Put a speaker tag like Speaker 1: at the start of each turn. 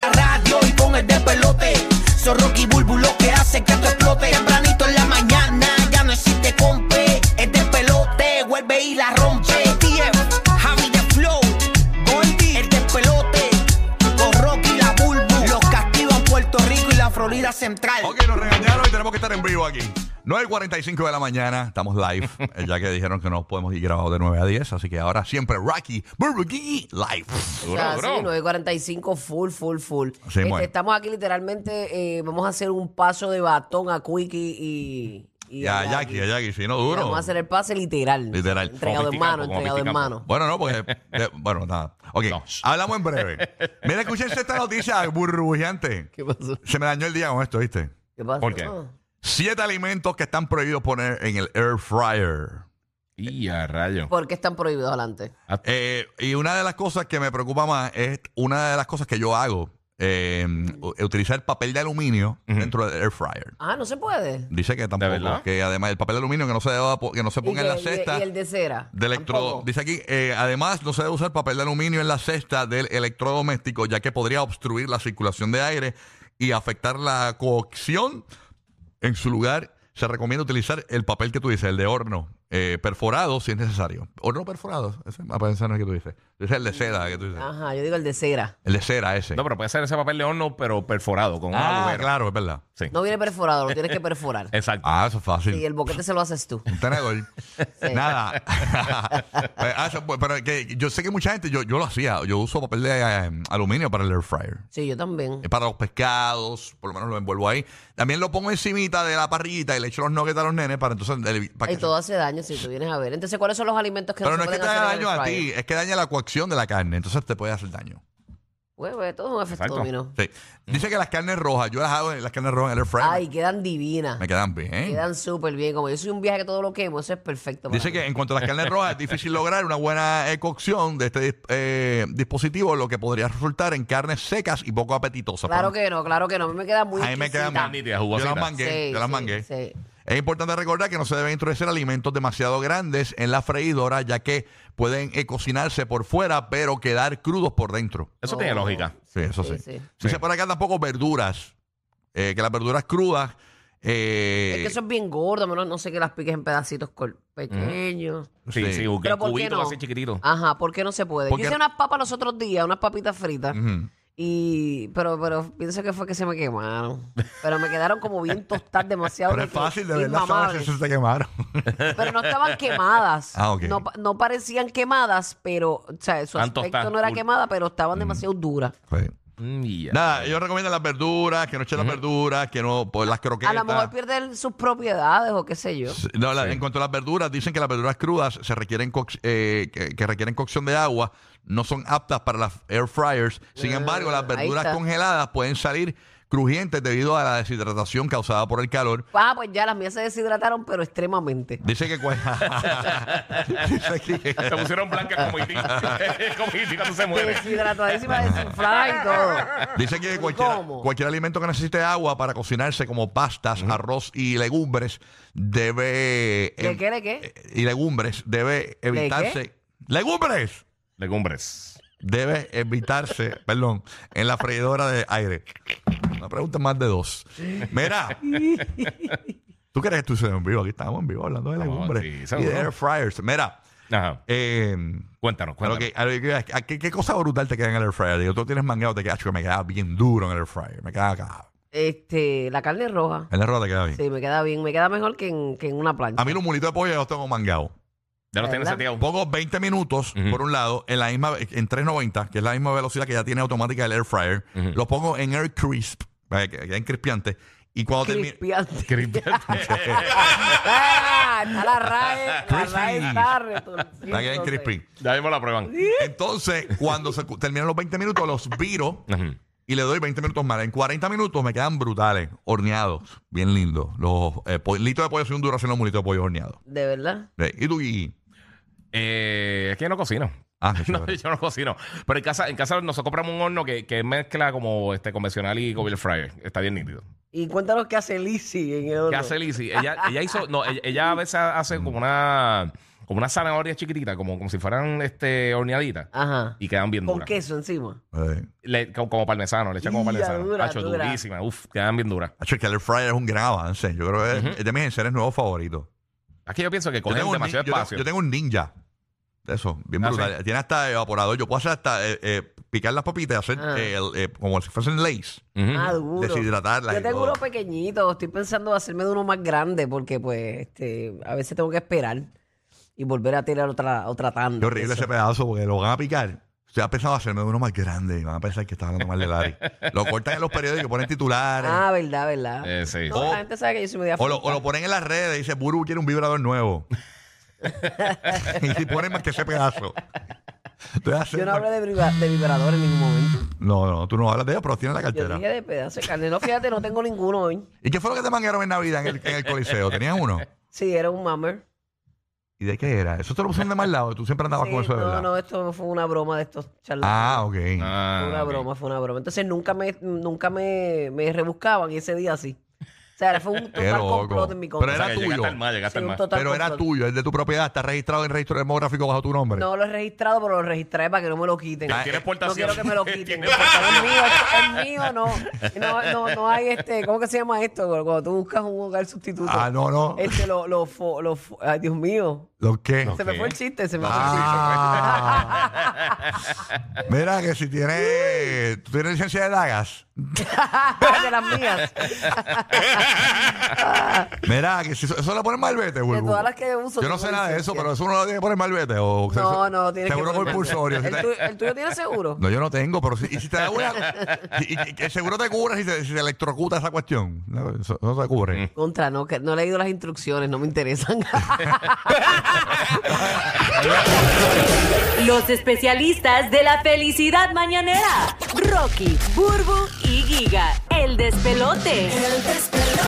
Speaker 1: la radio y con el despelote. Son Rocky Bulbu lo que hace que te explote. Tempranito en la mañana, ya no existe compe. El despelote vuelve y la rompe. TF, Javi de Flow, Goldie, el despelote. Con Rocky y la Bulbu, los castigan Puerto Rico y la Florida Central.
Speaker 2: Ok, nos regañaron y tenemos que estar en vivo aquí. 9.45 de la mañana, estamos live, eh, ya que dijeron que no podemos ir grabados de 9 a 10, así que ahora siempre Rocky Burger King live.
Speaker 3: O sea, sí, 9.45, full, full, full.
Speaker 2: Así
Speaker 3: Este,
Speaker 2: mismo es.
Speaker 3: estamos aquí literalmente, eh, vamos a hacer un paso de batón a Quickie y... y
Speaker 2: Y a Jackie, a Jackie, sí, no duro.
Speaker 3: Vamos a hacer el pase literal.
Speaker 2: Literal.
Speaker 3: Entregado
Speaker 2: Como
Speaker 3: en mano,
Speaker 4: Piticampo, como
Speaker 3: entregado en
Speaker 4: Piticampo.
Speaker 3: mano.
Speaker 2: Bueno, no, porque. eh, bueno, nada. Ok,
Speaker 4: No.
Speaker 2: hablamos en breve. Mira, escúchense esta noticia burbujeante.
Speaker 3: ¿Qué pasó?
Speaker 2: Se me dañó el día con esto, ¿viste?
Speaker 3: ¿Qué Ah. pasó?
Speaker 4: ¿Por qué?
Speaker 2: Siete alimentos que están prohibidos poner en el air fryer.
Speaker 4: Y a rayo.
Speaker 3: ¿Por qué están prohibidos adelante?
Speaker 2: Eh, y una de las cosas que me preocupa más es una de las cosas que yo hago, eh, u- utilizar papel de aluminio dentro del air fryer.
Speaker 3: Ah, no se puede.
Speaker 2: Dice que tampoco,
Speaker 4: verdad?
Speaker 2: que además el papel de aluminio que no se deba po- que no se
Speaker 3: ¿Y,
Speaker 2: ponga en la
Speaker 3: que- y-
Speaker 2: cesta
Speaker 3: y el de cera?
Speaker 2: de electro
Speaker 3: Tampoco.
Speaker 2: dice aquí eh, además no se debe usar papel de aluminio en la cesta del electrodoméstico ya que podría obstruir la circulación de aire y afectar la cocción en su lugar se recomienda utilizar el papel que tú dices el de horno eh, perforado si es necesario horno perforado ese ah, pues ese no es el que tú dices ese es el de seda que tú dices
Speaker 3: Ajá, yo digo el de cera.
Speaker 2: el de cera ese
Speaker 4: No, pero puede ser ese papel de horno, pero perforado, con un
Speaker 2: ah
Speaker 4: agujero.
Speaker 2: claro es verdad
Speaker 4: Sí.
Speaker 3: No viene perforado, lo tienes que perforar.
Speaker 4: Exacto.
Speaker 2: ah eso es fácil
Speaker 3: Y el boquete se lo haces tú.
Speaker 2: Un tenedor. Nada. Ah, eso, pues, pero que yo sé que mucha gente, yo, yo lo hacía, yo uso papel de eh, aluminio para el air fryer.
Speaker 3: Sí, yo también.
Speaker 2: Es para los pescados, por lo menos lo envuelvo ahí. También lo pongo encimita de la parrillita y le echo los nuggets a los nenes para entonces... el- para
Speaker 3: Y
Speaker 2: que-
Speaker 3: todo hace daño si tú vienes a ver. Entonces, ¿cuáles son los alimentos que
Speaker 2: pero no
Speaker 3: no
Speaker 2: es
Speaker 3: se
Speaker 2: que te
Speaker 3: pueden
Speaker 2: haga
Speaker 3: hacer en
Speaker 2: daño
Speaker 3: el
Speaker 2: a
Speaker 3: fryer?
Speaker 2: ti, es que daña la coacción de la carne, entonces te puede hacer daño.
Speaker 3: Güey, güey, todo es un efecto
Speaker 4: Exacto.
Speaker 3: dominó.
Speaker 2: Sí. Dice que las carnes rojas, yo las hago, las carnes rojas en el air fryer,
Speaker 3: Mm. Ay, quedan divinas.
Speaker 2: me quedan bien.
Speaker 3: Quedan súper bien. Como yo soy un viaje que todo lo quemo, eso es perfecto. para
Speaker 2: Dice
Speaker 3: mí.
Speaker 2: que en cuanto a las carnes rojas es difícil lograr una buena eh, cocción de este dis- eh, dispositivo, lo que podría resultar en carnes secas y poco apetitosas.
Speaker 3: Claro
Speaker 2: Para-
Speaker 3: que no, claro que no. A mí me queda muy
Speaker 2: A mí me quedan
Speaker 3: exquisita.
Speaker 2: man-
Speaker 4: Nítidas,
Speaker 2: Yo las
Speaker 4: jugositas.
Speaker 2: mangué,
Speaker 3: Sí,
Speaker 2: yo las
Speaker 3: sí,
Speaker 2: mangué.
Speaker 3: sí.
Speaker 2: Es importante recordar que no se deben introducir alimentos demasiado grandes en la freidora, ya que pueden eh, cocinarse por fuera, pero quedar crudos por dentro.
Speaker 4: Eso
Speaker 3: Oh,
Speaker 4: tiene lógica.
Speaker 2: Sí, eso sí.
Speaker 3: Sí,
Speaker 2: sí.
Speaker 3: sí.
Speaker 2: Dice
Speaker 4: Sí.
Speaker 2: por acá tampoco verduras, eh, que las verduras crudas... eh,
Speaker 3: Es que eso es bien gordo, a menos no sé que las piques en pedacitos col- pequeños.
Speaker 4: Sí,
Speaker 2: Sí.
Speaker 4: sí, un
Speaker 3: Pero ¿por qué
Speaker 4: cubito
Speaker 3: no? Ah.
Speaker 4: así chiquitito.
Speaker 3: Ajá, ¿por qué no se puede? Yo
Speaker 2: Porque-
Speaker 3: hice unas papas los otros días, unas papitas fritas.
Speaker 2: ujú.
Speaker 3: Y, pero, pero pienso que fue que se me quemaron. Pero me quedaron como bien tostadas demasiado.
Speaker 2: Pero es
Speaker 3: rico,
Speaker 2: fácil, de verdad,
Speaker 3: inmamables.
Speaker 2: sabes si se te quemaron.
Speaker 3: Pero no estaban quemadas.
Speaker 2: Ah, ok.
Speaker 3: no, pa- no parecían quemadas, pero, o sea, su
Speaker 4: Están
Speaker 3: aspecto
Speaker 4: tostadas,
Speaker 3: no era
Speaker 4: full.
Speaker 3: quemada, pero
Speaker 2: Mm.
Speaker 3: estaban demasiado duras.
Speaker 2: Sí.
Speaker 4: Mm, yeah.
Speaker 2: Nada, ellos recomiendan las verduras, que no echen las verduras, que no, pues las croquetas.
Speaker 3: A lo mejor pierden sus propiedades o qué sé yo.
Speaker 2: Sí, no, la-
Speaker 4: Sí.
Speaker 2: En cuanto a las verduras, dicen que las verduras crudas se requieren coc- eh, que, que requieren cocción de agua, no son aptas para las air fryers. Sin
Speaker 3: Ah,
Speaker 2: embargo, las
Speaker 3: ahí
Speaker 2: verduras
Speaker 3: está.
Speaker 2: congeladas pueden salir crujientes debido a la deshidratación causada por el calor.
Speaker 3: Ah, pues ya las mías se deshidrataron, pero extremadamente.
Speaker 2: Dice que cua- Dice que-
Speaker 4: Se pusieron blancas como Iti. como Iti cuando se muere.
Speaker 3: Deshidratadísima, desinflada y todo.
Speaker 2: Dice que cualquier,
Speaker 3: ¿Cómo?
Speaker 2: cualquier alimento que necesite agua para cocinarse, como pastas, arroz y legumbres, debe.
Speaker 3: ¿De
Speaker 2: em-
Speaker 3: qué, de qué?
Speaker 2: eh, Y legumbres, debe evitarse. ¡Legumbres!
Speaker 4: Legumbres.
Speaker 2: Debe evitarse, perdón, en la freidora de aire. Una pregunta más de dos. Mira. ¿Tú crees que estuviste en vivo? Aquí estamos en vivo hablando de
Speaker 4: Estamos,
Speaker 2: legumbres.
Speaker 4: sí,
Speaker 2: y de
Speaker 4: seguro.
Speaker 2: air fryers. Mira.
Speaker 4: Ajá.
Speaker 2: Eh,
Speaker 4: Cuéntanos,
Speaker 2: a lo
Speaker 4: cuéntanos.
Speaker 2: que- a lo que- a qué, qué cosa brutal te queda en el air fryer? Digo, tú tienes mangueado, te queda, "Acho, que me queda bien duro en el air fryer. Me queda acá.
Speaker 3: Este, la carne roja.
Speaker 2: En la roja te queda bien.
Speaker 3: Sí, me queda bien. Me queda mejor que en, que en una plancha.
Speaker 2: A mí los mulitos de pollo yo los tengo mangueado.
Speaker 4: Ya los tienes
Speaker 3: ¿verdad?
Speaker 4: seteados.
Speaker 2: Pongo 20 minutos,
Speaker 4: Ujú.
Speaker 2: por un lado, en la misma, en 390, que es la misma velocidad que ya tiene automática el air fryer.
Speaker 4: Ujú.
Speaker 2: Los pongo en air crisp, para que queden crispiantes. Y cuando termine.
Speaker 3: Crispiante.
Speaker 4: Crispiante.
Speaker 3: Ah, está la raya. La raya está retorcida.
Speaker 2: Para que queden crispy.
Speaker 4: ya mismo la prueban.
Speaker 2: Entonces, cuando se cu- terminan los 20 minutos, los viro
Speaker 4: Ujú.
Speaker 2: y le doy 20 minutos más. En 40 minutos me quedan brutales, horneados, bien lindos. Los eh, politos de pollo, soy un duro haciendo mulitos de pollo horneados.
Speaker 3: De verdad.
Speaker 2: Eh, ¿Y tú, Gigi?
Speaker 4: Eh, es que yo no cocino.
Speaker 2: Ah, qué
Speaker 4: No,
Speaker 2: chévere.
Speaker 4: yo no cocino. Pero en casa, en casa nosotros compramos un horno que, que mezcla como este convencional y con air fryer. Está bien nítido.
Speaker 3: Y cuéntanos qué hace Lizzie en el horno.
Speaker 4: ¿Qué hace Lizzy? Ella, ella hizo, no, ella, ella a veces hace como una, como una zanahoria chiquitita, como, como si fueran este, horneaditas.
Speaker 3: Ajá.
Speaker 4: Y quedan bien
Speaker 3: Con
Speaker 4: duras.
Speaker 3: queso encima.
Speaker 2: Eh,
Speaker 4: Le- como, como parmesano, le echan como
Speaker 3: Ya,
Speaker 4: parmesano.
Speaker 3: dura,
Speaker 4: Hacho,
Speaker 3: dura.
Speaker 4: durísima. Uf, quedan bien duras.
Speaker 2: Hacho, que el air fryer es un gran avance. Yo creo que es- es de mis enseres nuevos favoritos.
Speaker 4: Es que yo pienso que
Speaker 2: Yo
Speaker 4: cogen
Speaker 2: tengo, un nin- yo
Speaker 4: demasiado
Speaker 2: tengo-
Speaker 4: espacio.
Speaker 2: yo tengo un ninja. De Eso, bien
Speaker 4: Ah,
Speaker 2: brutal. Tiene hasta evaporador. Yo puedo hacer hasta eh, eh, picar las papitas y hacer
Speaker 3: Ah.
Speaker 2: eh, el- eh, como si fuesen lace.
Speaker 4: Ujú.
Speaker 3: Ah, duro.
Speaker 2: Deshidratarla y
Speaker 3: Yo tengo
Speaker 2: todo.
Speaker 3: uno pequeñito. Estoy pensando de hacerme de uno más grande porque, pues, este, a veces tengo que esperar y volver a tirar otra, otra tanda.
Speaker 2: Qué horrible ese pedazo porque lo van a picar. Se ha pensado hacerme uno más grande y van a pensar que está hablando mal de Larry. lo cortan en los periódicos, ponen titulares.
Speaker 3: Ah, verdad, verdad.
Speaker 4: Eh, sí.
Speaker 3: No,
Speaker 2: O-
Speaker 3: la gente sabe que yo soy media
Speaker 2: o, lo, o
Speaker 3: frita.
Speaker 2: lo ponen en las redes y dice, Buru quiere un vibrador nuevo. y si ponen más que ese pedazo. Entonces hacen
Speaker 3: Yo no
Speaker 2: más-
Speaker 3: hablé de, vibra- de vibrador en ningún momento.
Speaker 2: no, no, tú no hablas de ellos, pero tienen la
Speaker 3: Yo
Speaker 2: cartera.
Speaker 3: dije de pedazo de carne. No, fíjate, no tengo ninguno hoy.
Speaker 2: ¿Y qué fue lo que te mangaron en Navidad en el, en el Coliseo? ¿Tenías uno?
Speaker 3: Sí, era un mammer.
Speaker 2: ¿Y de qué era? Eso te lo pusieron de mal lado. Tú siempre andabas
Speaker 3: Sí,
Speaker 2: con eso de
Speaker 3: no,
Speaker 2: verdad.
Speaker 3: no, esto fue una broma de estos charlatanes.
Speaker 2: Ah, ok.
Speaker 4: Ah,
Speaker 3: fue una
Speaker 4: ok.
Speaker 3: broma, fue una broma. Entonces nunca me, nunca me, me rebuscaban y ese día sí. O sea, fue un
Speaker 2: Qué
Speaker 3: total
Speaker 2: loco.
Speaker 3: complot en mi
Speaker 2: Pero
Speaker 3: contra.
Speaker 4: O sea,
Speaker 2: era
Speaker 4: que
Speaker 2: tuyo.
Speaker 4: Llegaste al mar, llegaste
Speaker 3: Sí,
Speaker 4: al
Speaker 3: un
Speaker 4: mar.
Speaker 3: total
Speaker 2: Pero era
Speaker 3: complot.
Speaker 2: tuyo, es de tu propiedad, está registrado en el registro demográfico bajo tu nombre.
Speaker 3: No lo he registrado, pero lo registré para que no me lo quiten.
Speaker 4: Ah,
Speaker 2: eh,
Speaker 4: Tienes
Speaker 3: No
Speaker 4: portación.
Speaker 3: quiero que me lo quiten.
Speaker 4: Tienes-
Speaker 3: Porque es mío, esto es mío, no. no. No, no hay este, ¿cómo que se llama esto? Cuando tú buscas un hogar sustituto.
Speaker 2: Ah, no, no.
Speaker 3: Este, lo, lo, fo- lo fo- ay, Dios mío.
Speaker 2: ¿Lo qué?
Speaker 3: Se me
Speaker 4: Ok.
Speaker 3: fue el chiste, se me
Speaker 2: Ah. Mira que si tienes, tú tienes licencia de dagas.
Speaker 3: fue el chiste. de las mías.
Speaker 2: Mira que si eso, eso le ponen malvete, güey.
Speaker 3: todas las que yo uso,
Speaker 2: no
Speaker 3: tengo
Speaker 2: sé nada de
Speaker 3: licencia.
Speaker 2: eso, pero eso uno lo tiene que poner malvete. O,
Speaker 3: No, no, lo tienes que
Speaker 2: Seguro
Speaker 3: poner.
Speaker 2: compulsorio. si
Speaker 3: ¿El,
Speaker 2: te-
Speaker 3: tuyo- el tuyo tiene seguro?
Speaker 2: No, yo no tengo, pero si, y si te da una. y- y- que seguro te cubre si te, si te electrocuta esa cuestión. No, eso no te cubre.
Speaker 3: Contra, no, que no he leído las instrucciones, no me interesan.
Speaker 5: Los especialistas de la felicidad mañanera. Rocky, Burbu y Giga. El despelote.